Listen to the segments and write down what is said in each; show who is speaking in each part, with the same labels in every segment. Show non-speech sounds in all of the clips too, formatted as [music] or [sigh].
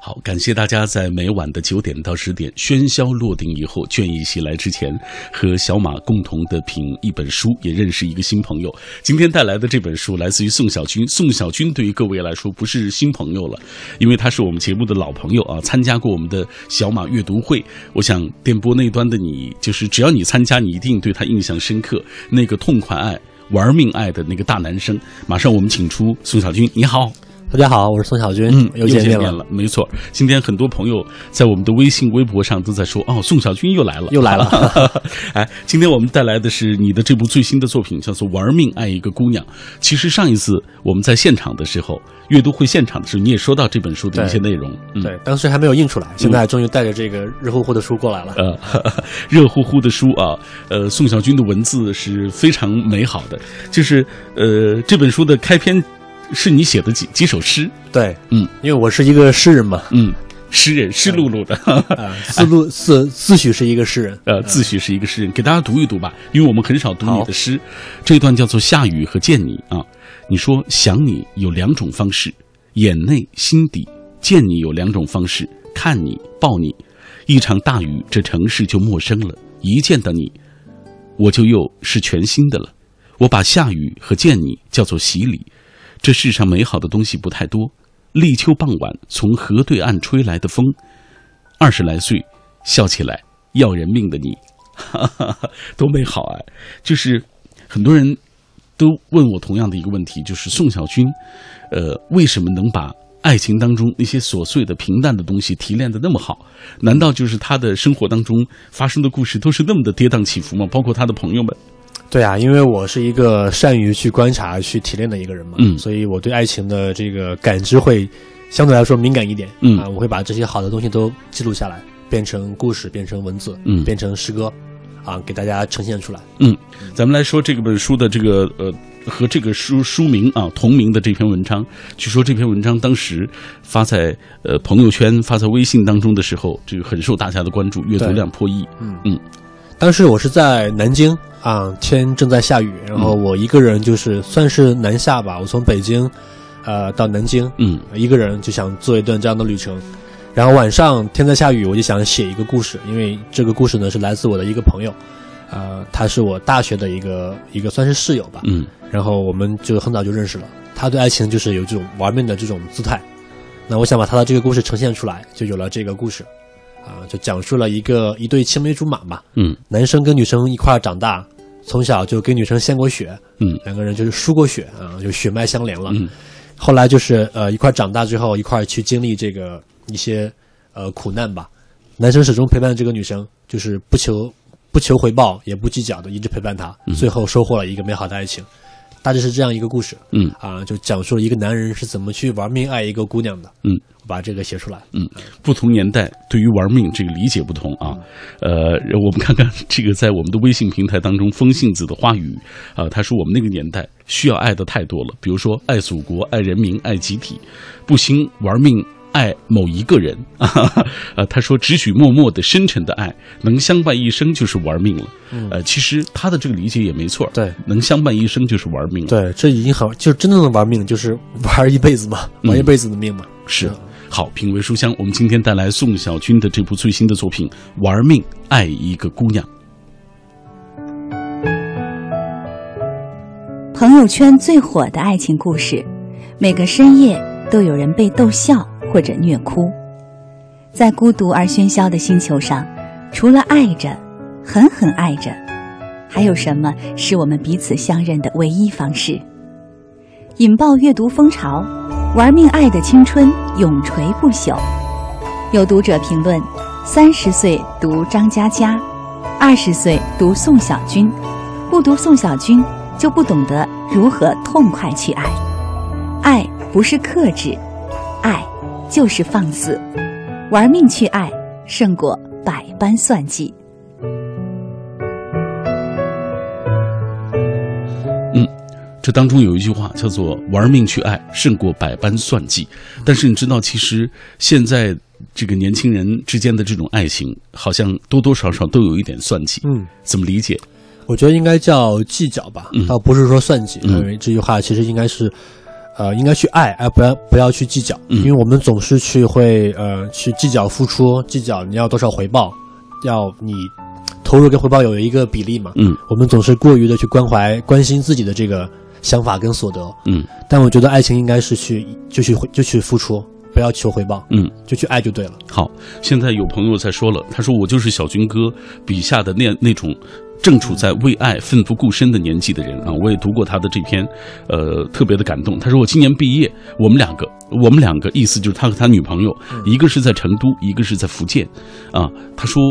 Speaker 1: 好，感谢大家在每晚的九点到十点喧嚣落定以后，倦意袭来之前，和小马共同的品一本书，也认识一个新朋友。今天带来的这本书来自于宋小军， [laughs] 宋小军对于各位来说不是新朋友了，因为他是我们节目的老朋友啊，参加过我们的小马阅读会。我想电波那端的你，就是只要你参加，你一定对他印象深刻，那个痛快爱。玩命爱的那个大男生，马上我们请出宋小军。你好，
Speaker 2: 大家好，我是宋小军，
Speaker 1: 嗯，
Speaker 2: 又
Speaker 1: 见
Speaker 2: 面
Speaker 1: 了，没错。今天很多朋友在我们的微信、微博上都在说，哦，宋小军又来了，
Speaker 2: 又来了。
Speaker 1: [laughs] 哎，今天我们带来的是你的这部最新的作品，叫做《玩命爱一个姑娘》。其实上一次我们在现场的时候，阅读会现场的时候，你也说到这本书的一些内容，
Speaker 2: 嗯、对，当时还没有印出来，现在终于带着这个热乎乎的书过来了。
Speaker 1: 嗯呃、 [laughs] 嗯，热乎乎的书啊，呃，宋小军的文字是非常美好的，就是呃，这本书的开篇。是你写的几几首诗？
Speaker 2: 对，嗯，因为我是一个诗
Speaker 1: [laughs]
Speaker 2: 人嘛，
Speaker 1: 嗯，诗人湿漉漉的，
Speaker 2: 呃、自
Speaker 1: 哎
Speaker 2: 录自自诩是一个诗人，
Speaker 1: 呃，自诩是一个诗人，给大家读一读吧，因为我们很少读你的诗。这段叫做《下雨和见你》啊，你说想你有两种方式，眼内心底见你有两种方式，看你抱你，一场大雨，这城市就陌生了。一见到你，我就又是全新的了。我把下雨和见你叫做洗礼。这世上美好的东西不太多。立秋傍晚，从河对岸吹来的风，二十来岁，笑起来要人命的你， [laughs] 哈哈哈多美好啊！就是很多人都问我同样的一个问题，就是宋小军，呃，为什么能把爱情当中那些琐碎的、平淡的东西提炼的那么好？难道就是他的生活当中发生的故事都是那么的跌宕起伏吗？包括他的朋友们。
Speaker 2: 对啊，因为我是一个善于去观察、去提炼的一个人嘛，
Speaker 1: 嗯，
Speaker 2: 所以我对爱情的这个感知会相对来说敏感一点，
Speaker 1: 嗯
Speaker 2: 啊，我会把这些好的东西都记录下来，变成故事，变成文字，
Speaker 1: 嗯，
Speaker 2: 变成诗歌，啊，给大家呈现出来。
Speaker 1: 嗯，咱们来说这个本书的这个呃和这个书书名啊同名的这篇文章，据说这篇文章当时发在呃朋友圈、发在微信当中的时候，这个很受大家的关注，阅读量破亿，
Speaker 2: 嗯
Speaker 1: 嗯。嗯
Speaker 2: 当时我是在南京啊，天正在下雨，然后我一个人就是算是南下吧，我从北京，呃，到南京，
Speaker 1: 嗯，
Speaker 2: 一个人就想做一段这样的旅程。然后晚上天在下雨，我就想写一个故事，因为这个故事呢是来自我的一个朋友，呃，他是我大学的一个一个算是室友吧，
Speaker 1: 嗯，
Speaker 2: 然后我们就很早就认识了。他对爱情就是有这种玩命的这种姿态，那我想把他的这个故事呈现出来，就有了这个故事。啊，就讲述了一个一对青梅竹马嘛，
Speaker 1: 嗯，
Speaker 2: 男生跟女生一块儿长大，从小就跟女生献过血，
Speaker 1: 嗯，
Speaker 2: 两个人就是输过血啊，就血脉相连了，
Speaker 1: 嗯，
Speaker 2: 后来就是呃一块儿长大之后，一块儿去经历这个一些呃苦难吧，男生始终陪伴这个女生，就是不求不求回报，也不计较的一直陪伴她，
Speaker 1: 嗯
Speaker 2: 最后收获了一个美好的爱情，大致是这样一个故事，
Speaker 1: 嗯，
Speaker 2: 啊，就讲述了一个男人是怎么去玩命爱一个姑娘的，
Speaker 1: 嗯，
Speaker 2: 我把这个写出来，
Speaker 1: 嗯，不同年代对于玩命这个理解不同啊。呃，我们看看这个在我们的微信平台当中，风信子的花语啊、他说我们那个年代需要爱的太多了，比如说爱祖国、爱人民、爱集体，不兴玩命。爱某一个人 [laughs] 啊哈哈，呃，他说只许默默的、深沉的爱，能相伴一生就是玩命了。呃，其实他的这个理解也没错，
Speaker 2: 对，
Speaker 1: 能相伴一生就是玩命了。
Speaker 2: 对，这已经很就真正的玩命，就是玩一辈子嘛，
Speaker 1: 嗯
Speaker 2: 玩一辈子的命嘛。
Speaker 1: 是好，品味书香。我们今天带来宋小军的这部最新的作品《玩命爱一个姑娘》。
Speaker 3: 朋友圈最火的爱情故事，每个深夜都有人被逗笑或者虐哭。在孤独而喧嚣的星球上，除了爱着，狠狠爱着，还有什么是我们彼此相认的唯一方式？引爆阅读风潮，玩命爱的青春永垂不朽。有读者评论：三十岁读张嘉佳，二十岁读宋小军，不读宋小军就不懂得如何痛快去爱。爱不是克制，爱就是放肆，玩命去爱，胜过百般算计。
Speaker 1: 这当中有一句话叫做“玩命去爱，胜过百般算计”。但是你知道，其实现在这个年轻人之间的这种爱情，好像多多少少都有一点算计。
Speaker 2: 嗯，
Speaker 1: 怎么理解？
Speaker 2: 我觉得应该叫计较吧，
Speaker 1: 嗯
Speaker 2: 倒不是说算计，
Speaker 1: 嗯
Speaker 2: 因为这句话其实应该是，呃，应该去爱，而不要不要去计较，
Speaker 1: 嗯
Speaker 2: 因为我们总是去会呃去计较付出，计较你要多少回报，要你投入跟回报有一个比例嘛。
Speaker 1: 嗯，
Speaker 2: 我们总是过于的去关怀、关心自己的这个想法跟所得。
Speaker 1: 嗯，
Speaker 2: 但我觉得爱情应该是去就去就去付出，不要求回报，
Speaker 1: 嗯，
Speaker 2: 就去爱就对了。
Speaker 1: 好，现在有朋友在说了，他说我就是小军哥笔下的那那种。正处在为爱奋不顾身的年纪的人啊，我也读过他的这篇，呃，特别的感动。他说我今年毕业，我们两个，我们两个意思就是他和他女朋友，一个是在成都，一个是在福建，啊，他说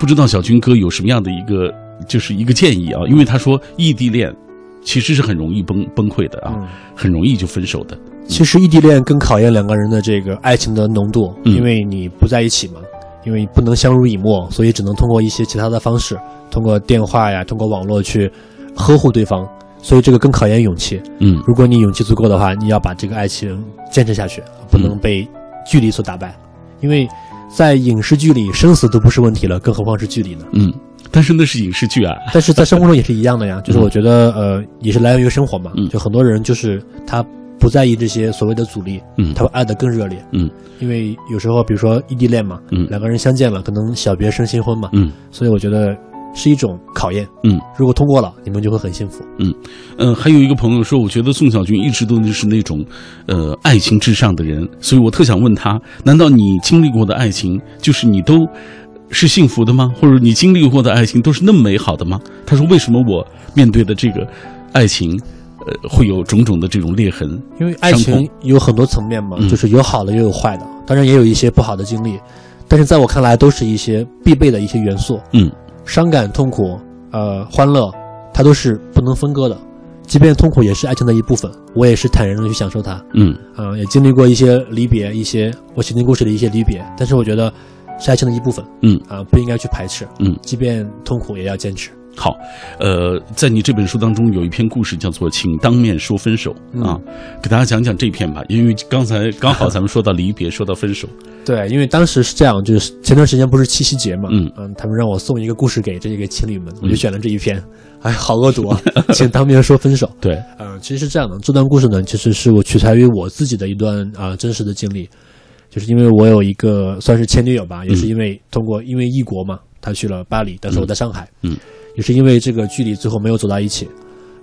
Speaker 1: 不知道小军哥有什么样的一个就是一个建议啊，因为他说异地恋其实是很容易崩崩溃的啊，很容易就分手的。
Speaker 2: 其实异地恋更考验两个人的这个爱情的浓度，
Speaker 1: 嗯
Speaker 2: 因为你不在一起嘛，因为你不能相濡以沫，所以只能通过一些其他的方式，通过电话呀，通过网络去呵护对方，所以这个更考验勇气。
Speaker 1: 嗯，
Speaker 2: 如果你勇气足够的话，你要把这个爱情坚持下去，不能被距离所打败，因为在影视剧里生死都不是问题了，更何况是
Speaker 1: [laughs]
Speaker 2: 距离呢？
Speaker 1: 嗯，但是那是影视剧啊，
Speaker 2: 但是在生活中也是一样的呀，就是我觉得呃，也是来源于生活嘛，
Speaker 1: 嗯
Speaker 2: 就很多人就是他不在意这些所谓的阻力，
Speaker 1: 嗯
Speaker 2: 他会爱得更热烈，
Speaker 1: 嗯，
Speaker 2: 因为有时候比如说异地恋嘛，
Speaker 1: 嗯
Speaker 2: 两个人相见了，可能小别胜新婚嘛，
Speaker 1: 嗯。
Speaker 2: 所以我觉得是一种考验，
Speaker 1: 嗯，
Speaker 2: 如果通过了，你们就会很幸福，
Speaker 1: 嗯，还有一个朋友说，我觉得宋小军一直都是那种，呃，爱情至上的人，所以我特想问他，难道你经历过的爱情，就是你都是幸福的吗？或者你经历过的爱情都是那么美好的吗？他说，为什么我面对的这个爱情，呃，会有种种的这种裂痕？
Speaker 2: 因为爱
Speaker 1: 伤
Speaker 2: 情有很多层面嘛，
Speaker 1: 嗯
Speaker 2: 就是有好的也有坏的，当然也有一些不好的经历，但是在我看来都是一些必备的一些元素，
Speaker 1: 嗯
Speaker 2: 伤感、痛苦、呃欢乐，它都是不能分割的。即便痛苦也是爱情的一部分，我也是坦然的去享受它。
Speaker 1: 嗯
Speaker 2: 啊、也经历过一些离别，一些我写进故事里一些离别，但是我觉得是爱情的一部分。
Speaker 1: 嗯
Speaker 2: 啊、不应该去排斥。
Speaker 1: 嗯
Speaker 2: 即便痛苦也要坚持。
Speaker 1: 好，呃，在你这本书当中有一篇故事叫做《请当面说分手》啊，给大家讲讲这篇吧，因为刚才刚好咱们说到离别，说到分手，
Speaker 2: 对，因为当时是这样，就是前段时间不是七夕节嘛，
Speaker 1: 嗯
Speaker 2: 他们让我送一个故事给这个情侣们，我就选了这一篇。嗯哎，好恶毒啊！ [laughs] 请当面说分手。
Speaker 1: 对，
Speaker 2: 嗯，其实是这样的，这段故事呢，其实是我取材于我自己的一段啊、真实的经历，就是因为我有一个算是前女友吧，也是因为通过因为异国嘛，她去了巴黎，但是我在上海，
Speaker 1: 嗯嗯，
Speaker 2: 也是因为这个距离最后没有走到一起，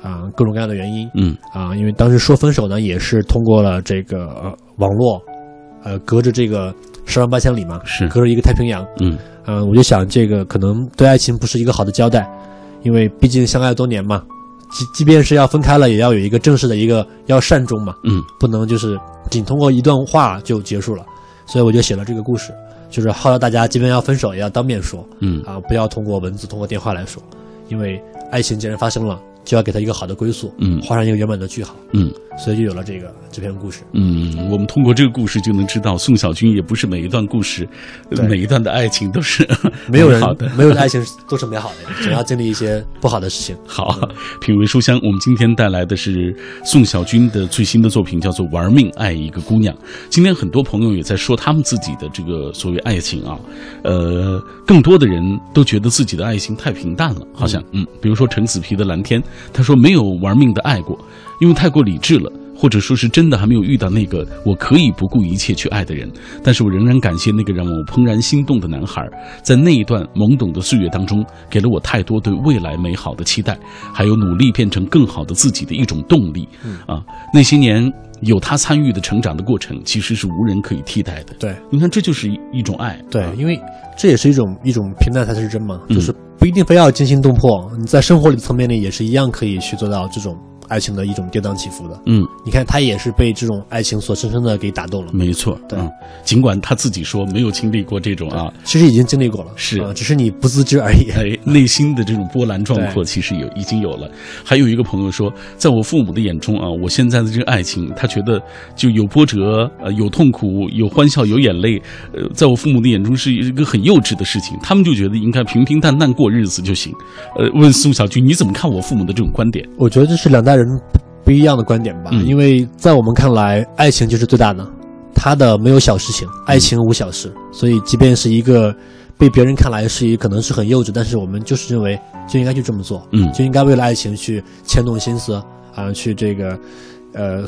Speaker 2: 啊、各种各样的原因，
Speaker 1: 嗯
Speaker 2: 啊、因为当时说分手呢，也是通过了这个、呃网络，呃，隔着这个十万八千里嘛，
Speaker 1: 是
Speaker 2: 隔着一个太平洋，
Speaker 1: 嗯
Speaker 2: 嗯，我就想这个可能对爱情不是一个好的交代，因为毕竟相爱多年嘛，即即便是要分开了，也要有一个正式的一个要善终嘛，
Speaker 1: 嗯
Speaker 2: 不能就是仅通过一段话就结束了，所以我就写了这个故事，就是号召大家，即便要分手，也要当面说
Speaker 1: 嗯
Speaker 2: 啊，不要通过文字、通过电话来说，因为爱情既然发生了，就要给它一个好的归宿，
Speaker 1: 嗯
Speaker 2: 画上一个圆满的句号，
Speaker 1: 嗯。
Speaker 2: 所以就有了这个这篇故事。
Speaker 1: 嗯，我们通过这个故事就能知道，宋小军也不是每一段故事，
Speaker 2: 对
Speaker 1: 每一段的爱情都是
Speaker 2: [laughs] 没有人
Speaker 1: 好的。
Speaker 2: 没有的爱情是都是美好的呀，总要经历一些不好的事情。
Speaker 1: 好，品味书香，我们今天带来的是宋小军的最新的作品，叫做《玩命爱一个姑娘》。今天很多朋友也在说他们自己的这个所谓爱情啊，呃，更多的人都觉得自己的爱情太平淡了，好像嗯，比如说橙子皮的蓝天，他说没有玩命的爱过，因为太过理智了。或者说是真的还没有遇到那个我可以不顾一切去爱的人，但是我仍然感谢那个让我怦然心动的男孩，在那一段懵懂的岁月当中，给了我太多对未来美好的期待，还有努力变成更好的自己的一种动力。啊，那些年有他参与的成长的过程，其实是无人可以替代的。
Speaker 2: 对。
Speaker 1: 你看，这就是一一种爱。
Speaker 2: 嗯对
Speaker 1: 啊，
Speaker 2: 因为这也是一种一种平淡才是真嘛，
Speaker 1: 嗯
Speaker 2: 就是不一定非要惊心动魄，你在生活里的层面里也是一样可以去做到这种爱情的一种跌宕起伏的。
Speaker 1: 嗯，
Speaker 2: 你看他也是被这种爱情所深深的给打动了，
Speaker 1: 没错。
Speaker 2: 对
Speaker 1: 嗯，尽管他自己说没有经历过这种啊，
Speaker 2: 其实已经经历过了，
Speaker 1: 是
Speaker 2: 啊，只是你不自知而已。
Speaker 1: 哎，内心的这种波澜壮阔，其实有已经有了。还有一个朋友说，在我父母的眼中啊，我现在的这个爱情，他觉得就有波折，呃，有痛苦，有欢笑，有眼泪，呃，在我父母的眼中是一个很幼稚的事情，他们就觉得应该平平淡淡过日子就行。呃，问宋小军，你怎么看我父母的这种观点？
Speaker 2: [laughs] 我觉得这是两代人不不一样的观点吧，
Speaker 1: 嗯
Speaker 2: 因为在我们看来，爱情就是最大的，他的没有小事情，
Speaker 1: 嗯
Speaker 2: 爱情无小事，所以即便是一个被别人看来是一可能是很幼稚，但是我们就是认为就应该去这么做，
Speaker 1: 嗯
Speaker 2: 就应该为了爱情去牵动心思啊，去这个呃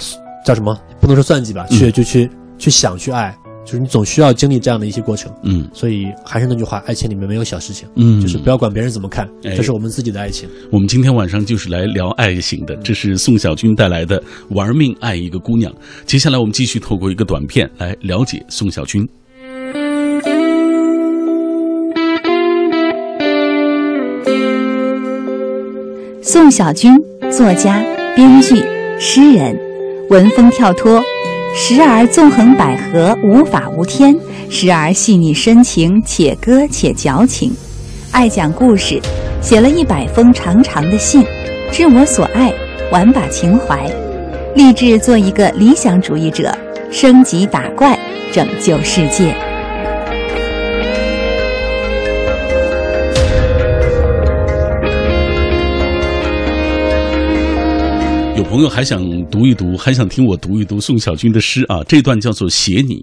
Speaker 2: 叫什么？不能说算计吧，去、
Speaker 1: 嗯
Speaker 2: 就去去想去爱，就是你总需要经历这样的一些过程。
Speaker 1: 嗯
Speaker 2: 所以还是那句话，爱情里面没有小事情，
Speaker 1: 嗯，
Speaker 2: 就是不要管别人怎么看，
Speaker 1: 哎
Speaker 2: 这是我们自己的爱情。
Speaker 1: 我们今天晚上就是来聊爱情的，这是宋小军带来的《玩命爱一个姑娘》。接下来我们继续透过一个短片来了解宋小军。
Speaker 3: 宋小军，作家、编剧、诗人，文风跳脱，时而纵横捭阖、无法无天，时而细腻深情、且歌且矫情，爱讲故事，写了一百封长长的信，知我所爱，玩把情怀，立志做一个理想主义者，升级打怪，拯救世界。
Speaker 1: 有朋友还想读一读，还想听我读一读宋小军的诗啊，这段叫做《写你》。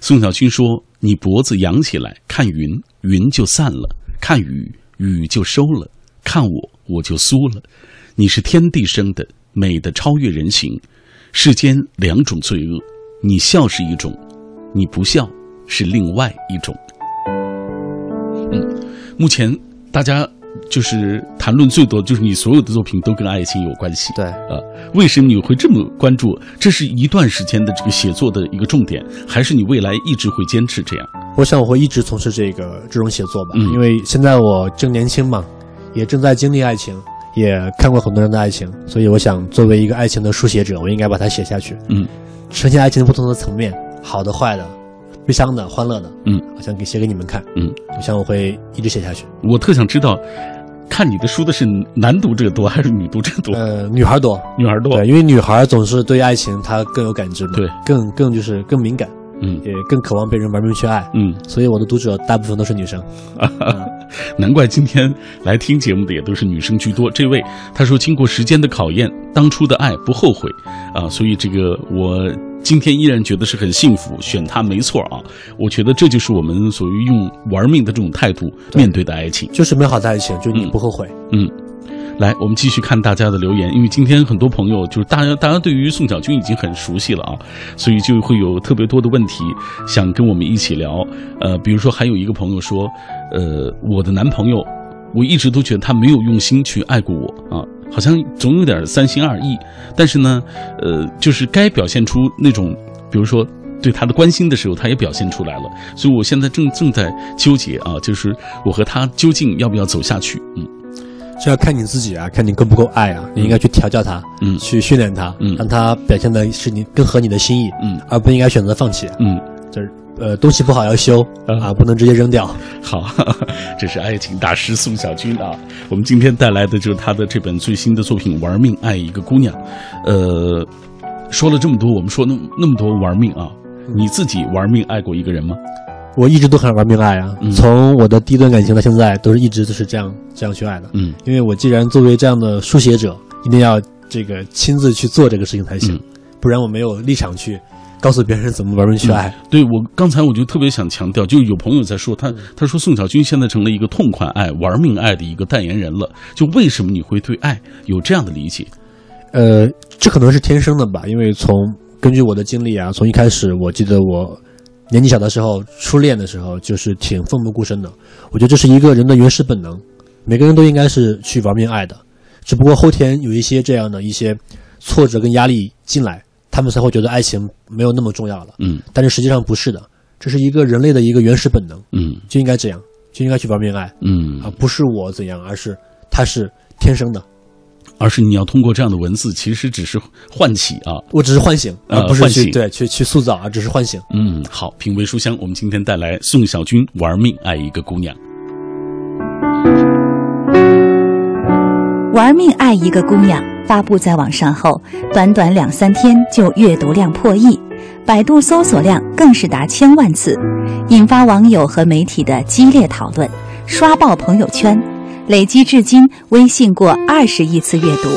Speaker 1: 宋小军说：“你脖子扬起来，看云，云就散了；看雨，雨就收了；看我，我就酥了。你是天地生的，美的超越人形。世间两种罪恶，你笑是一种，你不笑是另外一种。”嗯，目前大家就是谈论最多，就是你所有的作品都跟爱情有关系。
Speaker 2: 对，
Speaker 1: 啊，为什么你会这么关注？这是一段时间的这个写作的一个重点，还是你未来一直会坚持这样？
Speaker 2: 我想我会一直从事这个这种写作吧，
Speaker 1: 嗯
Speaker 2: 因为现在我正年轻嘛，也正在经历爱情，也看过很多人的爱情，所以我想作为一个爱情的书写者，我应该把它写下去，
Speaker 1: 嗯，
Speaker 2: 呈现爱情的不同的层面，好的、坏的、悲伤的、欢乐的，
Speaker 1: 嗯，
Speaker 2: 我想给写给你们看，
Speaker 1: 嗯，
Speaker 2: 我想我会一直写下去。
Speaker 1: 我特想知道，看你的书的是男读者多还是女读者
Speaker 2: [laughs]
Speaker 1: 多？
Speaker 2: 呃，女孩多，
Speaker 1: 女孩多
Speaker 2: 对，？因为女孩总是对爱情她更有感知嘛，
Speaker 1: 对，
Speaker 2: 更更就是更敏感，
Speaker 1: 嗯
Speaker 2: 也更渴望被人玩命去爱，
Speaker 1: 嗯，
Speaker 2: 所以我的读者大部分都是女生。
Speaker 1: 难怪今天来听节目的也都是女生居多。这位她说，经过时间的考验，当初的爱不后悔啊，所以这个我今天依然觉得是很幸福，选她没错啊。我觉得这就是我们所谓用玩命的这种态度面对的爱情。
Speaker 2: 就是美好的爱情，就你
Speaker 1: 嗯
Speaker 2: 不后悔。
Speaker 1: 来，我们继续看大家的留言，因为今天很多朋友就是大家，大家对于宋小军已经很熟悉了啊，所以就会有特别多的问题想跟我们一起聊。呃，比如说还有一个朋友说，呃，我的男朋友，我一直都觉得他没有用心去爱过我啊，好像总有点三心二意。但是呢，呃，就是该表现出那种，比如说。对他的关心的时候，他也表现出来了，所以我现在正正在纠结啊，就是我和他究竟要不要走下去？嗯
Speaker 2: 这要看你自己啊，看你够不够爱啊。你应该去调教他，
Speaker 1: 嗯
Speaker 2: 去训练他，
Speaker 1: 嗯
Speaker 2: 让他表现的是你更合你的心意，
Speaker 1: 嗯
Speaker 2: 而不应该选择放弃。
Speaker 1: 嗯，
Speaker 2: 就是呃，东西不好要修、
Speaker 1: 嗯
Speaker 2: 啊，不能直接扔掉。
Speaker 1: 好， [laughs] 这是爱情大师宋小军啊。我们今天带来的就是他的这本最新的作品《玩命爱一个姑娘》。呃，说了这么多，我们说那那么多玩命啊，你自己玩命爱过一个人吗？
Speaker 2: 我一直都很玩命爱啊，
Speaker 1: 嗯
Speaker 2: 从我的第一段感情到现在，都是一直都是这样这样去爱的。
Speaker 1: 嗯，
Speaker 2: 因为我既然作为这样的书写者，一定要这个亲自去做这个事情才行，
Speaker 1: 嗯
Speaker 2: 不然我没有立场去告诉别人怎么玩命去爱。
Speaker 1: 对我刚才我就特别想强调，就有朋友在说他，他说宋小军现在成了一个痛快爱、玩命爱的一个代言人了。就为什么你会对爱有这样的理解？
Speaker 2: 呃，这可能是天生的吧，因为从根据我的经历啊，从一开始，我记得我年纪小的时候，初恋的时候就是挺奋不顾身的。我觉得这是一个人的原始本能，每个人都应该是去玩命爱的，只不过后天有一些这样的一些挫折跟压力进来，他们才会觉得爱情没有那么重要了。
Speaker 1: 嗯
Speaker 2: 但是实际上不是的，这是一个人类的一个原始本能，
Speaker 1: 嗯
Speaker 2: 就应该这样，就应该去玩命爱
Speaker 1: 嗯
Speaker 2: 啊，不是我怎样，而是他是天生的。
Speaker 1: 而是你要通过这样的文字，其实只是唤起啊，
Speaker 2: 我只是唤醒，
Speaker 1: 呃
Speaker 2: 而不是
Speaker 1: 唤
Speaker 2: 去
Speaker 1: 醒
Speaker 2: 对去去塑造啊，只是唤醒。
Speaker 1: 嗯，好，品味书香，我们今天带来宋小军《玩命爱一个姑娘》。
Speaker 3: 玩命爱一个姑娘发布在网上后，短短两三天就阅读量破亿，百度搜索量更是达千万次，引发网友和媒体的激烈讨论，刷爆朋友圈，累积至今微信过二十亿次阅读。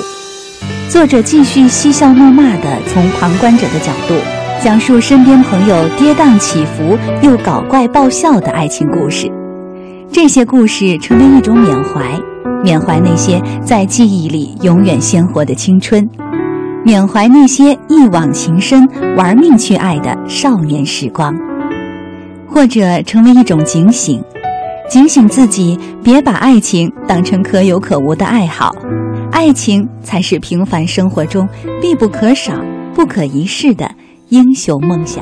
Speaker 3: 作者继续嬉笑怒骂地从旁观者的角度，讲述身边朋友跌宕起伏又搞怪爆笑的爱情故事。这些故事成了一种缅怀，缅怀那些在记忆里永远鲜活的青春，缅怀那些一往情深、玩命去爱的少年时光，或者成为一种警醒，警醒自己别把爱情当成可有可无的爱好，爱情才是平凡生活中必不可少、不可一世的英雄梦想。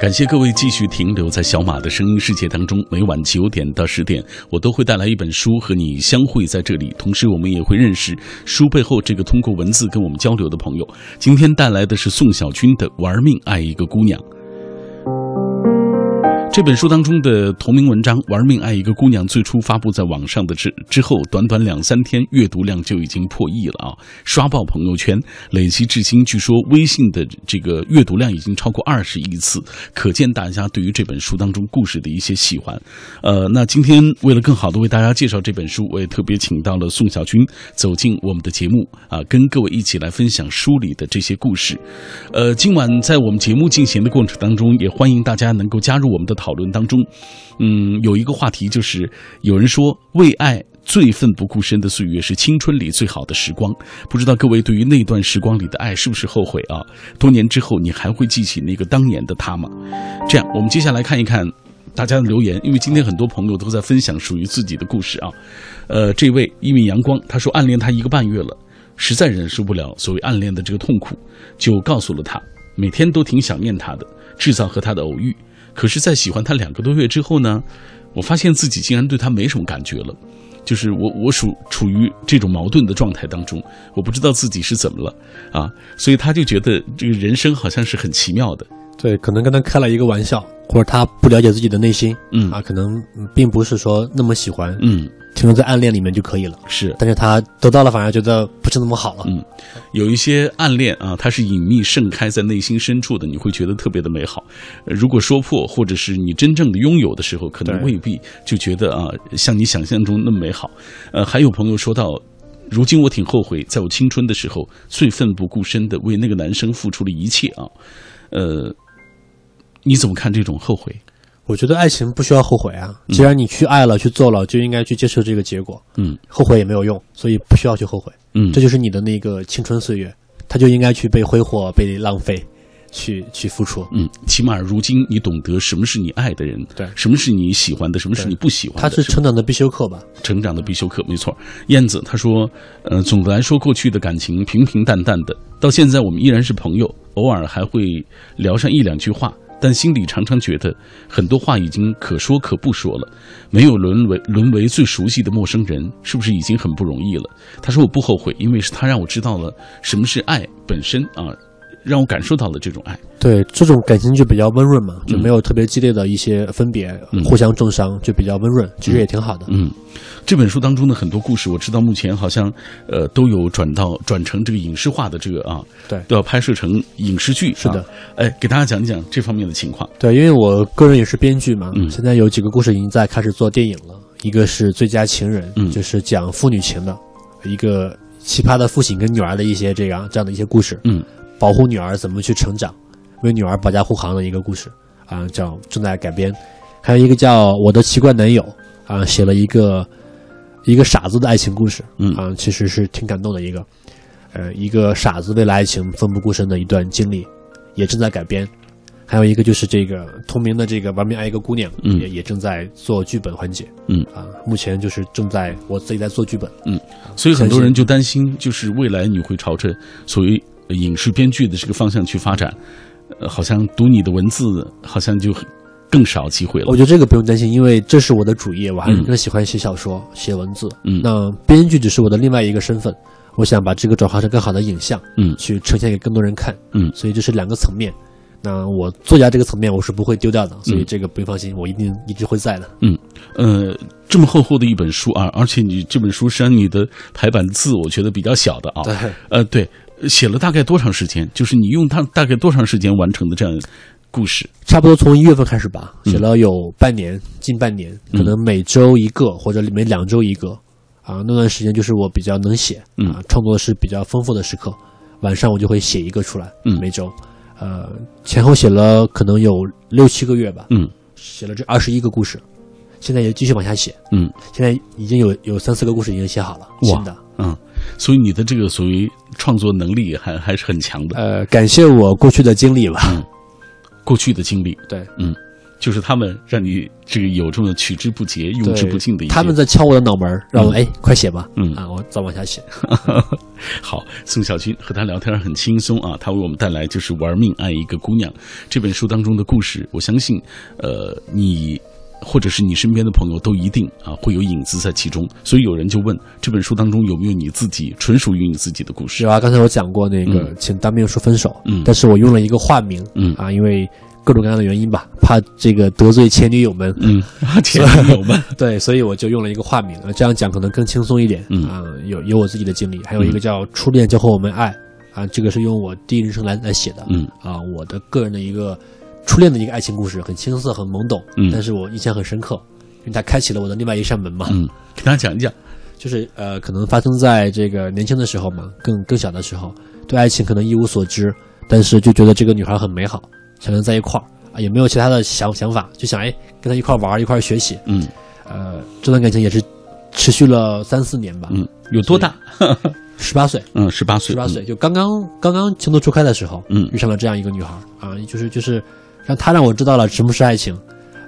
Speaker 1: 感谢各位继续停留在小马的声音世界当中。每晚九点到十点，我都会带来一本书和你相会在这里，同时我们也会认识书背后这个通过文字跟我们交流的朋友。今天带来的是宋小军的《玩命爱一个姑娘》。这本书当中的同名文章《玩命爱一个姑娘》最初发布在网上的之之后，短短两三天，阅读量就已经破亿了啊！刷爆朋友圈，累积至今，据说微信的这个阅读量已经超过二十亿次，可见大家对于这本书当中故事的一些喜欢。呃，那今天为了更好的为大家介绍这本书，我也特别请到了宋小军走进我们的节目啊，跟各位一起来分享书里的这些故事。呃，今晚在我们节目进行的过程当中，也欢迎大家能够加入我们的讨论当中。嗯，有一个话题就是，有人说为爱最奋不顾身的岁月是青春里最好的时光。不知道各位对于那段时光里的爱是不是后悔啊？多年之后，你还会记起那个当年的他吗？这样，我们接下来看一看大家的留言，因为今天很多朋友都在分享属于自己的故事啊。呃，这位一米阳光他说暗恋他一个半月了，实在忍受不了所谓暗恋的这个痛苦，就告诉了他，每天都挺想念他的，制造和他的偶遇。可是，在喜欢他两个多月之后呢，我发现自己竟然对他没什么感觉了。就是我我属处于这种矛盾的状态当中，我不知道自己是怎么了啊，所以他就觉得这个人生好像是很奇妙的。
Speaker 2: 对，可能跟他开了一个玩笑，或者他不了解自己的内心，
Speaker 1: 嗯
Speaker 2: 啊，可能嗯并不是说那么喜欢，
Speaker 1: 嗯，
Speaker 2: 停留在暗恋里面就可以了。
Speaker 1: 是
Speaker 2: 但是他得到了，反而觉得不是那么好了。
Speaker 1: 嗯有一些暗恋啊，它是隐秘盛开在内心深处的，你会觉得特别的美好。呃如果说破，或者是你真正的拥有的时候，可能
Speaker 2: 对
Speaker 1: 未必就觉得啊，像你想象中那么美好。呃，还有朋友说到。如今我挺后悔，在我青春的时候，最奋不顾身的为那个男生付出了一切啊，呃，你怎么看这种后悔？
Speaker 2: 我觉得爱情不需要后悔啊，既然你去爱了，去做了，就应该去接受这个结果，
Speaker 1: 嗯
Speaker 2: 后悔也没有用，所以不需要去后悔。
Speaker 1: 嗯，
Speaker 2: 这就是你的那个青春岁月，它就应该去被挥霍、被浪费，去去付出。
Speaker 1: 嗯，起码如今你懂得什么是你爱的人，
Speaker 2: 对
Speaker 1: 什么是你喜欢的，什么是
Speaker 2: 对
Speaker 1: 你不喜欢的，
Speaker 2: 它是成长的必修课吧？
Speaker 1: 成长的必修课，没错。燕子她说，呃，总的来说，过去的感情平平淡淡的，到现在我们依然是朋友，偶尔还会聊上一两句话，但心里常常觉得很多话已经可说可不说了，没有沦为沦为最熟悉的陌生人，是不是已经很不容易了？她说我不后悔，因为是她让我知道了什么是爱本身啊，让我感受到了这种爱。
Speaker 2: 对，这种感情就比较温润嘛，就没有特别激烈的一些分别，
Speaker 1: 嗯
Speaker 2: 互相重伤就比较温润，其实也挺好的。
Speaker 1: 嗯，这本书当中的很多故事，我知道目前好像呃都有转到转成这个影视化的这个啊，
Speaker 2: 对
Speaker 1: 都要拍摄成影视剧。
Speaker 2: 是的
Speaker 1: 啊，哎，给大家讲讲这方面的情况。
Speaker 2: 对，因为我个人也是编剧嘛，
Speaker 1: 嗯
Speaker 2: 现在有几个故事已经在开始做电影了，一个是《最佳情人》，
Speaker 1: 嗯
Speaker 2: 就是讲父女情的，一个奇葩的父亲跟女儿的一些这样这样的一些故事，
Speaker 1: 嗯，
Speaker 2: 保护女儿怎么去成长，为女儿保驾护航的一个故事啊，叫正在改编，还有一个叫《我的奇怪男友》啊，写了一个一个傻子的爱情故事，
Speaker 1: 嗯
Speaker 2: 啊，其实是挺感动的一个，呃，一个傻子为了爱情奋不顾身的一段经历，也正在改编。还有一个就是这个同名的这个《玩命爱一个姑娘》
Speaker 1: 嗯
Speaker 2: 也也正在做剧本环节，
Speaker 1: 嗯
Speaker 2: 啊，目前就是正在我自己在做剧本，
Speaker 1: 所以很多人就担心，就是未来你会朝着所谓呃影视编剧的这个方向去发展，呃，好像读你的文字，好像就很更少机会
Speaker 2: 我
Speaker 1: 了。
Speaker 2: 觉得这个不用担心，因为这是我的主业，我还是
Speaker 1: 嗯
Speaker 2: 更喜欢写小说、写文字。
Speaker 1: 嗯
Speaker 2: 那编剧只是我的另外一个身份，我想把这个转化成更好的影像，
Speaker 1: 嗯
Speaker 2: 去呈现给更多人看。
Speaker 1: 嗯
Speaker 2: 所以这是两个层面。那我作家这个层面我是不会丢掉的，所以
Speaker 1: 嗯
Speaker 2: 这个不用放心，我一定一直会在的。
Speaker 1: 呃，这么厚厚的一本书啊，而且你这本书实际上你的排版字我觉得比较小的啊。
Speaker 2: 对，
Speaker 1: 呃，对，写了大概多长时间？就是你用它大概多长时间完成的这样故事？
Speaker 2: 差不多从一月份开始吧，
Speaker 1: 嗯
Speaker 2: 写了有半年，近半年，可能每周一个或者每两周一个，啊，那段时间就是我比较能写，
Speaker 1: 嗯
Speaker 2: 啊，创作是比较丰富的时刻，晚上我就会写一个出来，
Speaker 1: 嗯
Speaker 2: 每周，呃，前后写了可能有六七个月吧，
Speaker 1: 嗯
Speaker 2: 写了这二十一个故事，现在也继续往下写，
Speaker 1: 嗯
Speaker 2: 现在已经有有三四个故事已经写好了，
Speaker 1: 哇
Speaker 2: 新的，
Speaker 1: 嗯，所以你的这个属于创作能力还还是很强的。
Speaker 2: 呃，感谢我过去的经历吧。
Speaker 1: 过去的经历
Speaker 2: 对
Speaker 1: 就是他们让你这个有这么取之不竭、用之
Speaker 2: 对
Speaker 1: 不尽的一些。
Speaker 2: 他们在敲我的脑门儿，让我、哎，快写吧。
Speaker 1: 嗯
Speaker 2: 啊，我再往下写。
Speaker 1: [laughs] 好，宋小军和他聊天很轻松啊，他为我们带来就是《玩命爱一个姑娘》这本书当中的故事。我相信，呃，你或者是你身边的朋友都一定啊会有影子在其中。所以有人就问，这本书当中有没有你自己纯属于你自己的故
Speaker 2: 是
Speaker 1: 事？
Speaker 2: 啊，刚才我讲过那个，请当面说分手。
Speaker 1: 嗯
Speaker 2: 但是我用了一个化名。
Speaker 1: 嗯
Speaker 2: 啊，因为各种各样的原因吧，怕这个得罪前女友们。
Speaker 1: 嗯，啊前女友们，
Speaker 2: 对，所以我就用了一个化名，呃这样讲可能更轻松一点。
Speaker 1: 嗯
Speaker 2: 啊，有有我自己的经历，还有一个叫《初恋教会我们爱》啊，这个是用我第一人称来来写的。
Speaker 1: 嗯
Speaker 2: 啊，我的个人的一个初恋的一个爱情故事，很青涩，很懵懂，
Speaker 1: 嗯
Speaker 2: 但是我印象很深刻，因为它开启了我的另外一扇门嘛。
Speaker 1: 嗯，给大家讲一讲。
Speaker 2: 就是呃，可能发生在这个年轻的时候嘛，更更小的时候，对爱情可能一无所知，但是就觉得这个女孩很美好，想跟在一块儿啊，也没有其他的想想法，就想哎跟她一块儿玩儿，一块儿学习。
Speaker 1: 嗯
Speaker 2: 呃，这段感情也是持续了三四年吧，
Speaker 1: 嗯，有多大？
Speaker 2: 十八岁，
Speaker 1: 嗯，十八岁，
Speaker 2: 十八岁就刚刚刚刚情窦初开的时候，
Speaker 1: 嗯
Speaker 2: 遇上了这样一个女孩儿啊，就是就是让她让我知道了什么是爱情，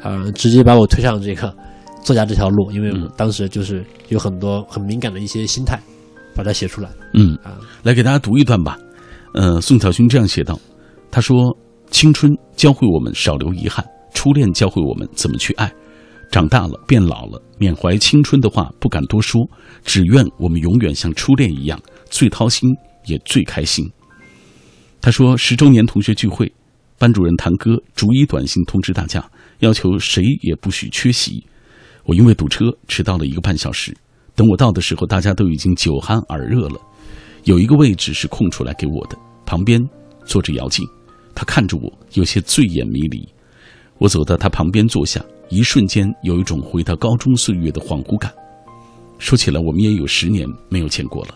Speaker 2: 呃，直接把我推上这个作家这条路，因为我
Speaker 1: 嗯
Speaker 2: 当时就是有很多很敏感的一些心态，把它写出来。
Speaker 1: 嗯
Speaker 2: 啊，
Speaker 1: 来给大家读一段吧。呃，宋小军这样写道：“他说，青春教会我们少留遗憾，初恋教会我们怎么去爱。长大了，变老了，缅怀青春的话不敢多说，只愿我们永远像初恋一样，最掏心也最开心。”他说，十周年同学聚会，班主任谭哥逐一短信通知大家，要求谁也不许缺席。我因为堵车迟到了一个半小时，等我到的时候，大家都已经酒酣耳热了。有一个位置是空出来给我的，旁边坐着姚静，她看着我，有些醉眼迷离。我走到她旁边坐下，一瞬间有一种回到高中岁月的恍惚感。说起来，我们也有十年没有见过了。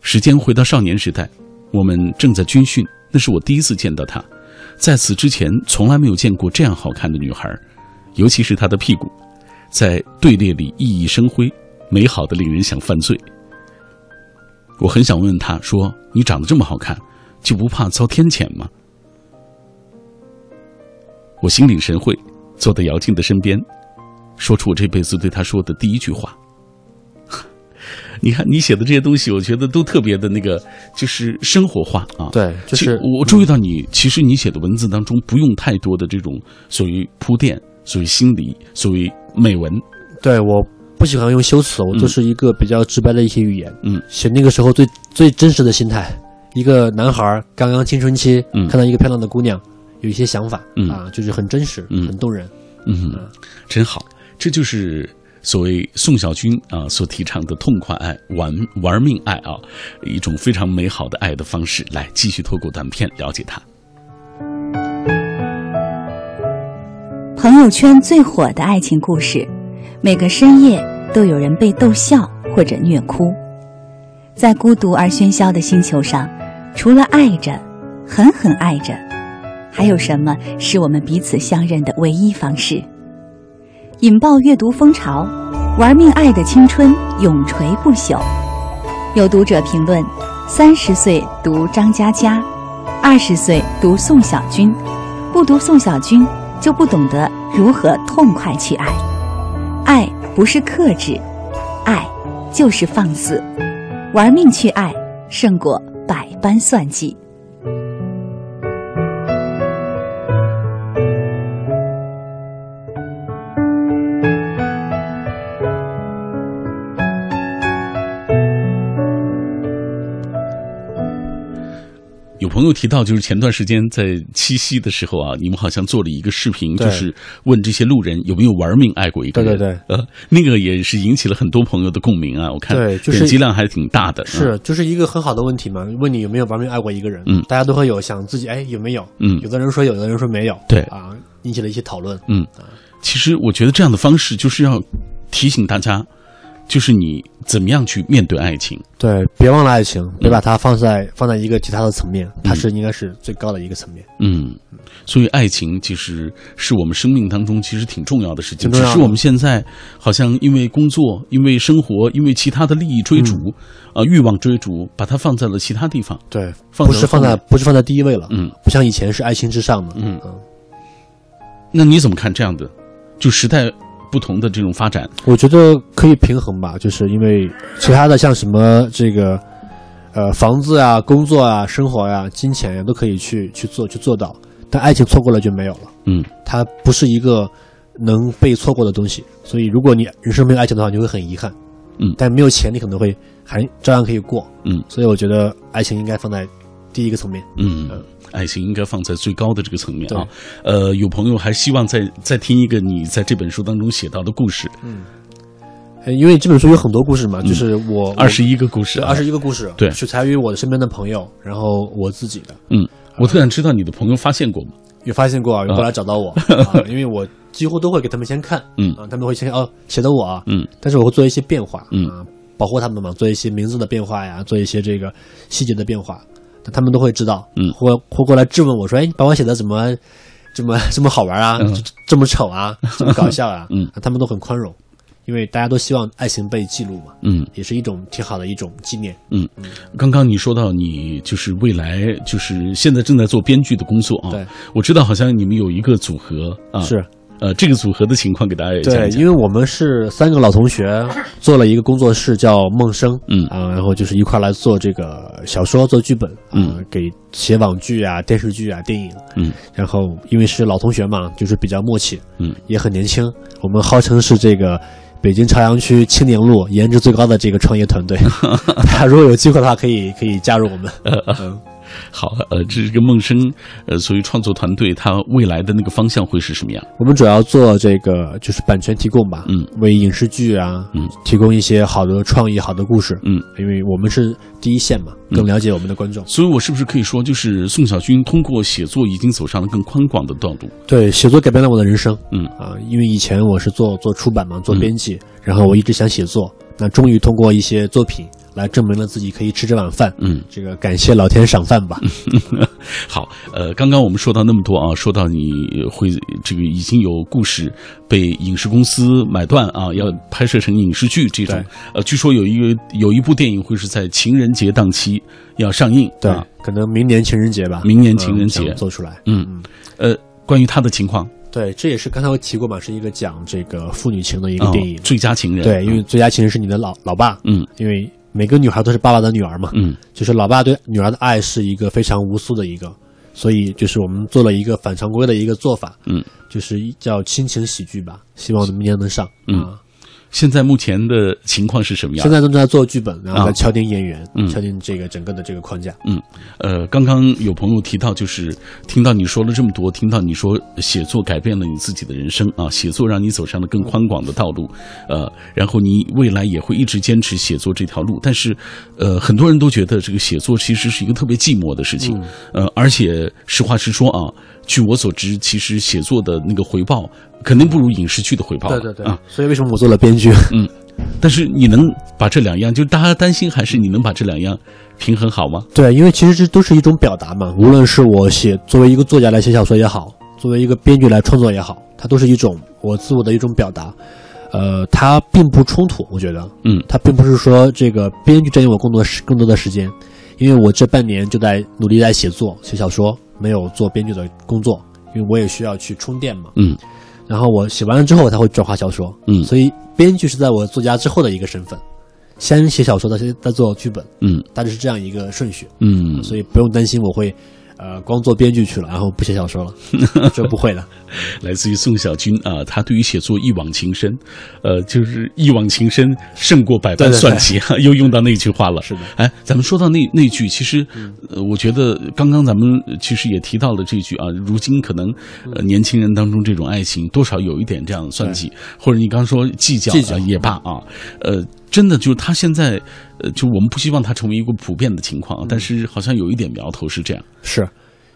Speaker 1: 时间回到少年时代，我们正在军训，那是我第一次见到她。在此之前，从来没有见过这样好看的女孩，尤其是她的屁股，在队列里熠熠生辉，美好的令人想犯罪。我很想问问他说：“你长得这么好看，就不怕遭天谴吗？”我心领神会，坐在姚静的身边，说出我这辈子对她说的第一句话。 [laughs] 你看，你写的这些东西，我觉得都特别的那个，就是生活化啊。
Speaker 2: 对，就
Speaker 1: 其
Speaker 2: 是
Speaker 1: 我注意到你，其实你写的文字当中不用太多的这种所谓铺垫、所谓心理、所谓美文，
Speaker 2: 对我不喜欢用修辞，我就是一个比较直白的一些语言，
Speaker 1: 嗯，
Speaker 2: 写那个时候最最真实的心态。一个男孩儿刚刚青春期，
Speaker 1: 嗯
Speaker 2: 看到一个漂亮的姑娘，有一些想法，
Speaker 1: 嗯
Speaker 2: 啊，就是很真实，
Speaker 1: 嗯
Speaker 2: 很动人。
Speaker 1: 嗯，真好，这就是所谓宋小军啊所提倡的痛快爱、玩玩命爱啊，一种非常美好的爱的方式。来，继续透过短片了解他。
Speaker 3: 朋友圈最火的爱情故事，每个深夜都有人被逗笑或者虐哭。在孤独而喧嚣的星球上，除了爱着，狠狠爱着，还有什么是我们彼此相认的唯一方式？引爆阅读风潮，玩命爱的青春永垂不朽。有读者评论：三十岁读张嘉佳，二十岁读宋小军，不读宋小军，就不懂得如何痛快去爱。爱不是克制，爱就是放肆，玩命去爱，胜过百般算计。
Speaker 1: 有朋友提到，就是前段时间在七夕的时候啊，你们好像做了一个视频，
Speaker 2: 对
Speaker 1: 就是问这些路人有没有玩命爱过一个人。
Speaker 2: 对对
Speaker 1: 对，呃，那个也是引起了很多朋友的共鸣啊，我看
Speaker 2: 对就是
Speaker 1: 点击量还挺大的。啊
Speaker 2: 是，就是一个很好的问题嘛。问你有没有玩命爱过一个人？
Speaker 1: 嗯
Speaker 2: 大家都会有想自己哎有没有？
Speaker 1: 嗯
Speaker 2: 有的人说有，有的人说没有。
Speaker 1: 对
Speaker 2: 啊，引起了一些讨论。
Speaker 1: 嗯，其实我觉得这样的方式就是要提醒大家，就是你怎么样去面对爱情。
Speaker 2: 对，别嗯忘了爱情，别把它放在放在一个其他的层面，它是应该是最高的一个层面。
Speaker 1: 嗯，所以爱情其实是我们生命当中其实挺重要的事情，
Speaker 2: 挺
Speaker 1: 只
Speaker 2: 重要的
Speaker 1: 是我们现在好像因为工作、因为生活、因为其他的利益追逐，
Speaker 2: 嗯
Speaker 1: 啊、欲望追逐，把它放在了其他地方。
Speaker 2: 对，
Speaker 1: 放
Speaker 2: 不
Speaker 1: 在
Speaker 2: 是放在
Speaker 1: 后
Speaker 2: 不是放在第一位了，
Speaker 1: 嗯，
Speaker 2: 不像以前是爱情至上的，
Speaker 1: 嗯那你怎么看这样的？就时代不同的这种发展，
Speaker 2: 我觉得可以平衡吧，就是因为其他的像什么这个，呃，房子啊、工作啊、生活呀、金钱呀、都可以去去做去做到，但爱情错过了就没有了。
Speaker 1: 嗯，
Speaker 2: 它不是一个能被错过的东西，所以如果你人生没有爱情的话，你会很遗憾。
Speaker 1: 嗯
Speaker 2: 但没有钱，你可能会还照样可以过。
Speaker 1: 嗯，
Speaker 2: 所以我觉得爱情应该放在第一个层面。
Speaker 1: 嗯
Speaker 2: 嗯，
Speaker 1: 爱情应该放在最高的这个层面啊。呃，有朋友还希望再再听一个你在这本书当中写到的故事，
Speaker 2: 嗯呃因为这本书有很多故事嘛，就是我
Speaker 1: 嗯二十一个故事、啊
Speaker 2: 对二十一个故事，
Speaker 1: 对
Speaker 2: 取材于我的身边的朋友，然后我自己的。
Speaker 1: 嗯，我特想知道你的朋友发现过吗？
Speaker 2: 有发现过啊，有过来找
Speaker 1: [laughs]
Speaker 2: 到我，啊、因为我几乎都会给他们先看，
Speaker 1: 嗯
Speaker 2: 啊，他们会先看哦写的我啊，
Speaker 1: 嗯，
Speaker 2: 但是我会做一些变化，
Speaker 1: 嗯
Speaker 2: 啊，保护他们嘛，做一些名字的变化呀，做一些这个细节的变化，但他们都会知道，
Speaker 1: 嗯
Speaker 2: 或或过来质问我说，哎，你把我写的怎么这么这么好玩啊，这这么丑啊，这么搞笑啊，
Speaker 1: [laughs] 嗯
Speaker 2: 啊，他们都很宽容，因为大家都希望爱情被记录嘛，
Speaker 1: 嗯，
Speaker 2: 也是一种挺好的一种纪念，
Speaker 1: 刚刚你说到你就是未来就是现在正在做编剧的工作啊，
Speaker 2: 对，
Speaker 1: 我知道好像你们有一个组合啊，
Speaker 2: 是。
Speaker 1: 呃，这个组合的情况给大家也讲
Speaker 2: 对，
Speaker 1: 一讲
Speaker 2: 因。为我们是三个老
Speaker 1: [laughs]
Speaker 2: 同学做了一个工作室，叫梦生，
Speaker 1: 嗯
Speaker 2: 啊、然后就是一块儿来做这个小说、做剧本，啊
Speaker 1: 嗯，
Speaker 2: 给写网剧啊、电视剧啊、电影，
Speaker 1: 嗯，
Speaker 2: 然后因为是老同学嘛，就是比较默契，
Speaker 1: 嗯，
Speaker 2: 也很年轻，我们号称是这个。北京朝阳区青年路颜值最高的这个创
Speaker 1: [laughs]
Speaker 2: 业团队，大家如果有机会的话，可以可以加入我们。
Speaker 1: 好，呃，这是个梦生，呃，所以创作团队它未来的那个方向会是什么样？
Speaker 2: 我们主要做这个就是版权提供吧，
Speaker 1: 嗯，
Speaker 2: 为影视剧啊，
Speaker 1: 嗯，
Speaker 2: 提供一些好的创意、好的故事，
Speaker 1: 嗯，
Speaker 2: 因为我们是第一线嘛，更了解我们的观众。
Speaker 1: 所以我是不是可以说，就是宋小军通过写作已经走上了更宽广的道路？
Speaker 2: 对，写作改变了我的人生，
Speaker 1: 嗯
Speaker 2: 啊，因为以前我是做做出版嘛，做编辑，然后我一直想写作，那终于通过一些作品来证明了自己可以吃这碗饭，
Speaker 1: 嗯，
Speaker 2: 这个感谢老天赏饭吧。
Speaker 1: [laughs] 好，呃，刚刚我们说到那么多啊，说到你会这个已经有故事被影视公司买断啊，要拍摄成影视剧这种
Speaker 2: 对。
Speaker 1: 呃，据说有一个有一部电影会是在情人节档期要上映，
Speaker 2: 对
Speaker 1: 啊，
Speaker 2: 可能明年情人节吧，
Speaker 1: 明年情人节
Speaker 2: 嗯想做出来。
Speaker 1: 嗯，呃，关于他的情况，
Speaker 2: 对，这也是刚才我提过嘛，是一个讲这个父女情的一个
Speaker 1: 啊
Speaker 2: 电影。
Speaker 1: 最佳情人》
Speaker 2: 对，因为最佳情人是你的老老爸，
Speaker 1: 嗯
Speaker 2: 因为每个女孩都是爸爸的女儿嘛，
Speaker 1: 嗯
Speaker 2: 就是老爸对女儿的爱是一个非常无私的一个，所以就是我们做了一个反常规的一个做法，
Speaker 1: 嗯，
Speaker 2: 就是一叫亲情喜剧吧，希望我们明年能上。
Speaker 1: 嗯
Speaker 2: 啊，
Speaker 1: 现在目前的情况是什么样
Speaker 2: 现？在正在做剧本，然后
Speaker 1: 啊
Speaker 2: 再敲定演员，
Speaker 1: 嗯
Speaker 2: 敲定这个整个的这个框架。
Speaker 1: 嗯，呃，刚刚有朋友提到，就是听到你说了这么多，听到你说写作改变了你自己的人生啊，写作让你走上了更宽广的道路，呃，然后你未来也会一直坚持写作这条路。但是，呃，很多人都觉得这个写作其实是一个特别寂寞的事情，呃，而且实话实说啊，据我所知，其实写作的那个回报肯定不如影视剧的回报，啊。
Speaker 2: 所以为什么我做了编剧？
Speaker 1: 但是你能把这两样，就是大家担心还是你能把这两样平衡好吗？
Speaker 2: 对，因为其实这都是一种表达嘛，无论是我写作为一个作家来写小说也好，作为一个编剧来创作也好，它都是一种我自我的一种表达。呃，它并不冲突，我觉得，
Speaker 1: 嗯
Speaker 2: 它并不是说这个编剧占用我更多时更多的时间，因为我这半年就在努力在写作、写小说，没有做编剧的工作，因为我也需要去充电嘛。
Speaker 1: 嗯
Speaker 2: 然后我写完了之后，我才会转化小说，
Speaker 1: 嗯
Speaker 2: 所以编剧是在我作家之后的一个身份，先写小说，再写再做剧本，
Speaker 1: 嗯
Speaker 2: 大致是这样一个顺序。
Speaker 1: 嗯，
Speaker 2: 所以不用担心我会，呃，光做编剧去了，然后不写小说了，这不
Speaker 1: [laughs]
Speaker 2: 会的。
Speaker 1: 来自于宋小军啊，他对于写作一往情深，呃，就是一往情深胜过百般
Speaker 2: 对对对
Speaker 1: 算计， [laughs] 又用到那句话了。
Speaker 2: 是嗯的，
Speaker 1: 哎，咱们说到那那句，其实、呃，我觉得刚刚咱们其实也提到了这句啊，如今可能
Speaker 2: 嗯
Speaker 1: 呃年轻人当中这种爱情多少有一点这样的算计，或者你刚说计较
Speaker 2: 计较
Speaker 1: 啊也罢啊，呃，真的就是他现在
Speaker 2: 嗯
Speaker 1: 呃，就我们不希望它成为一个普遍的情况，但是好像有一点苗头是这样。
Speaker 2: 是，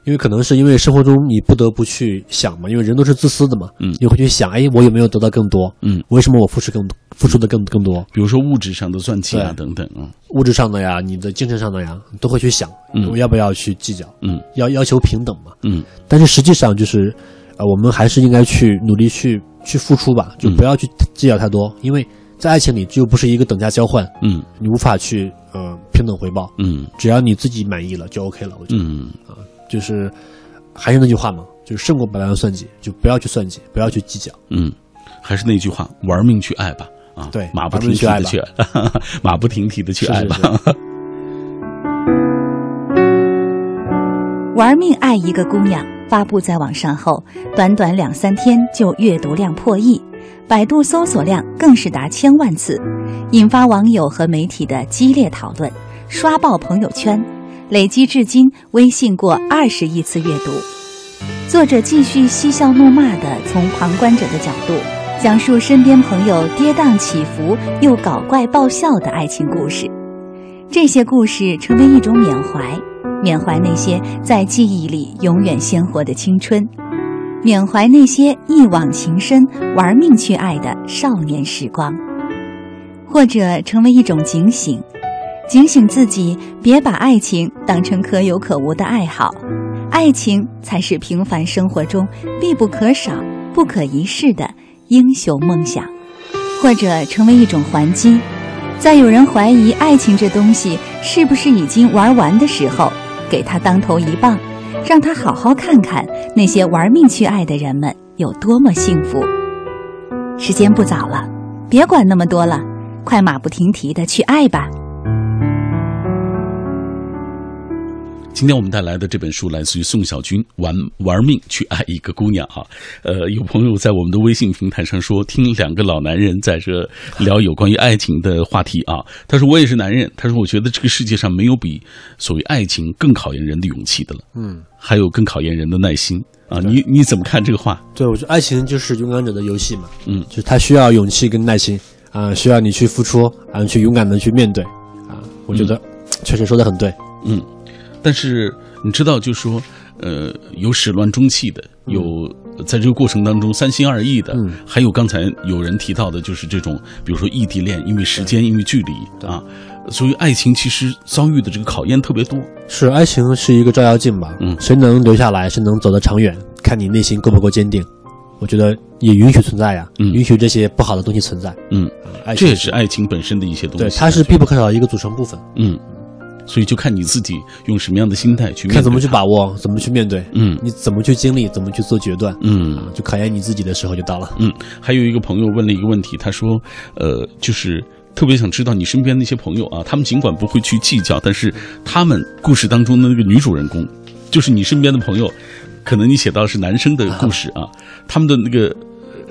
Speaker 2: 因为可能是因为生活中你不得不去想嘛，因为人都是自私的嘛，
Speaker 1: 嗯
Speaker 2: 你会去想，哎，我有没有得到更多？
Speaker 1: 嗯，
Speaker 2: 为什么我付出更付出的更更多？
Speaker 1: 比如说物质上的算计啊等等啊，
Speaker 2: 物质上的呀，你的精神上的呀，你都会去想，
Speaker 1: 嗯
Speaker 2: 我要不要去计较？
Speaker 1: 嗯
Speaker 2: 要要求平等嘛。
Speaker 1: 嗯
Speaker 2: 但是实际上就是，呃，我们还是应该去努力去去付出吧，就
Speaker 1: 嗯
Speaker 2: 不要去计较太多，因为在爱情里就不是一个等价交换，
Speaker 1: 嗯
Speaker 2: 你无法去呃平等回报，
Speaker 1: 嗯
Speaker 2: 只要你自己满意了就 OK 了。我觉得、
Speaker 1: 嗯
Speaker 2: 就是还是那句话嘛，就是胜过百般算计，就不要去算计，不要去计较。
Speaker 1: 嗯，还是那句话，玩命去爱吧。啊，
Speaker 2: 对
Speaker 1: 马不停蹄的去， [laughs] 马不停蹄的去爱吧。
Speaker 2: 是
Speaker 3: 玩命爱一个姑娘发布在网上后，短短两三天就阅读量破亿，百度搜索量更是达千万次，引发网友和媒体的激烈讨论，刷爆朋友圈，累积至今微信过二十亿次阅读。作者继续嬉笑怒骂地从旁观者的角度，讲述身边朋友跌宕起伏又搞怪爆笑的爱情故事。这些故事成为一种缅怀，缅怀那些在记忆里永远鲜活的青春，缅怀那些一往情深、玩命去爱的少年时光，或者成为一种警醒，警醒自己别把爱情当成可有可无的爱好，爱情才是平凡生活中必不可少、不可一世的英雄梦想，或者成为一种还击。在有人怀疑爱情这东西是不是已经玩完的时候，给他当头一棒，让他好好看看那些玩命去爱的人们有多么幸福。时间不早了，别管那么多了，快马不停蹄的去爱吧。
Speaker 1: [laughs] 今天我们带来的这本书来自于宋小军，《玩玩命去爱一个姑娘》啊。呃，有朋友在我们的微信平台上说，听两个老男人在这聊有关于爱情的话题啊。他说我也是男人，他说我觉得这个世界上没有比所谓爱情更考验人的勇气的了，
Speaker 2: 嗯，
Speaker 1: 还有更考验人的耐心啊。你你怎么看这个话？
Speaker 2: 对，我觉得爱情就是勇敢者的游戏嘛，
Speaker 1: 嗯
Speaker 2: 就是它需要勇气跟耐心啊、需要你去付出啊、去勇敢的去面对啊、我
Speaker 1: 嗯
Speaker 2: 觉得、确实说的很对，
Speaker 1: 但是你知道，就是说，呃，有始乱终弃的，有在这个过程当中三心二意的，
Speaker 2: 嗯
Speaker 1: 还有刚才有人提到的，就是这种，比如说异地恋，因为时间，因为距离啊，所以爱情其实遭遇的这个考验特别多。
Speaker 2: 是爱情是一个照妖镜吧？
Speaker 1: 嗯
Speaker 2: 谁能留下来，谁能走得长远，看你内心够不够坚定。我觉得也允许存在呀，
Speaker 1: 嗯
Speaker 2: 允许这些不好的东西存在。
Speaker 1: 嗯，
Speaker 2: 啊爱
Speaker 1: 这
Speaker 2: 情
Speaker 1: 也是爱情本身的一些东西。啊
Speaker 2: 对，它是必不可少的一个组成部分，
Speaker 1: 嗯，所以就看你自己用什么样的心态去面对
Speaker 2: 看怎么去
Speaker 1: 它
Speaker 2: 把握，怎么去面对，
Speaker 1: 嗯
Speaker 2: 你怎么去经历，怎么去做决断，
Speaker 1: 嗯。
Speaker 2: 啊，就考验你自己的时候就到了。
Speaker 1: 嗯，还有一个朋友问了一个问题，他说，呃，就是特别想知道你身边那些朋友啊，他们尽管不会去计较，但是他们故事当中的那个女主人公，就是你身边的朋友，可能你写到是男生的故事啊，他们的那个。呃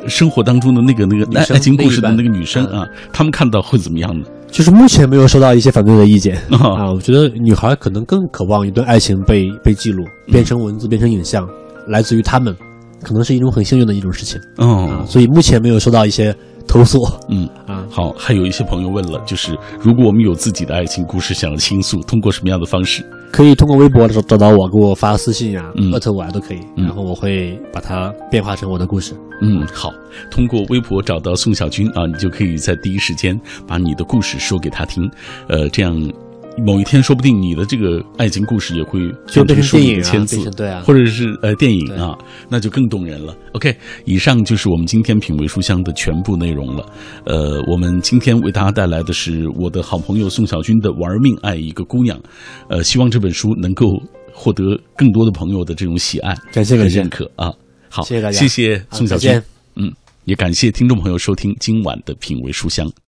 Speaker 1: 生活当中的那个 [laughs] 那个爱
Speaker 2: 生
Speaker 1: 爱情故事的那
Speaker 2: 另
Speaker 1: 个
Speaker 2: 一半
Speaker 1: 女生啊，他们看到会怎么样呢？
Speaker 2: 就是目前没有收到一些反对的
Speaker 1: [laughs]
Speaker 2: 意见
Speaker 1: 啊
Speaker 2: 啊，我觉得女孩可能更渴望一段爱情被被记录，
Speaker 1: 嗯
Speaker 2: 变成文字，变成影像，来自于他们，可能是一种很幸运的一种事情啊。
Speaker 1: 哦，
Speaker 2: 所以目前没有收到一些投诉。
Speaker 1: 嗯，
Speaker 2: [laughs] 啊，
Speaker 1: 好，还有一些朋友问了，就是如果我们有自己的爱情故事想要倾诉，通过什么样的方式？
Speaker 2: 可以通过微博找找到我，给我发私信呀、
Speaker 1: 嗯
Speaker 2: 艾特、我啊都可以，
Speaker 1: 嗯
Speaker 2: 然后我会把它变化成我的故事。
Speaker 1: 嗯，好，通过微博找到宋小军啊，你就可以在第一时间把你的故事说给他听，呃，这样某一天说不定你的这个爱情故事也会
Speaker 2: 就变成
Speaker 1: 书
Speaker 2: 电
Speaker 1: 里
Speaker 2: 影
Speaker 1: 的
Speaker 2: 啊
Speaker 1: 签字
Speaker 2: 变，成对啊
Speaker 1: 或者是呃电影啊，那就更动人了。OK，以上就是我们今天品味书香的全部内容了。呃，我们今天为大家带来的是我的好朋友宋小军的《玩命爱一个姑娘》，呃，希望这本书能够获得更多的朋友的这种喜爱。
Speaker 2: 感谢感谢
Speaker 1: 认可啊。好，
Speaker 2: 谢谢大家
Speaker 1: 谢谢
Speaker 2: 啊
Speaker 1: 宋小
Speaker 2: 再
Speaker 1: 军
Speaker 2: 见。
Speaker 1: 嗯，也感谢听众朋友收听今晚的品味书香。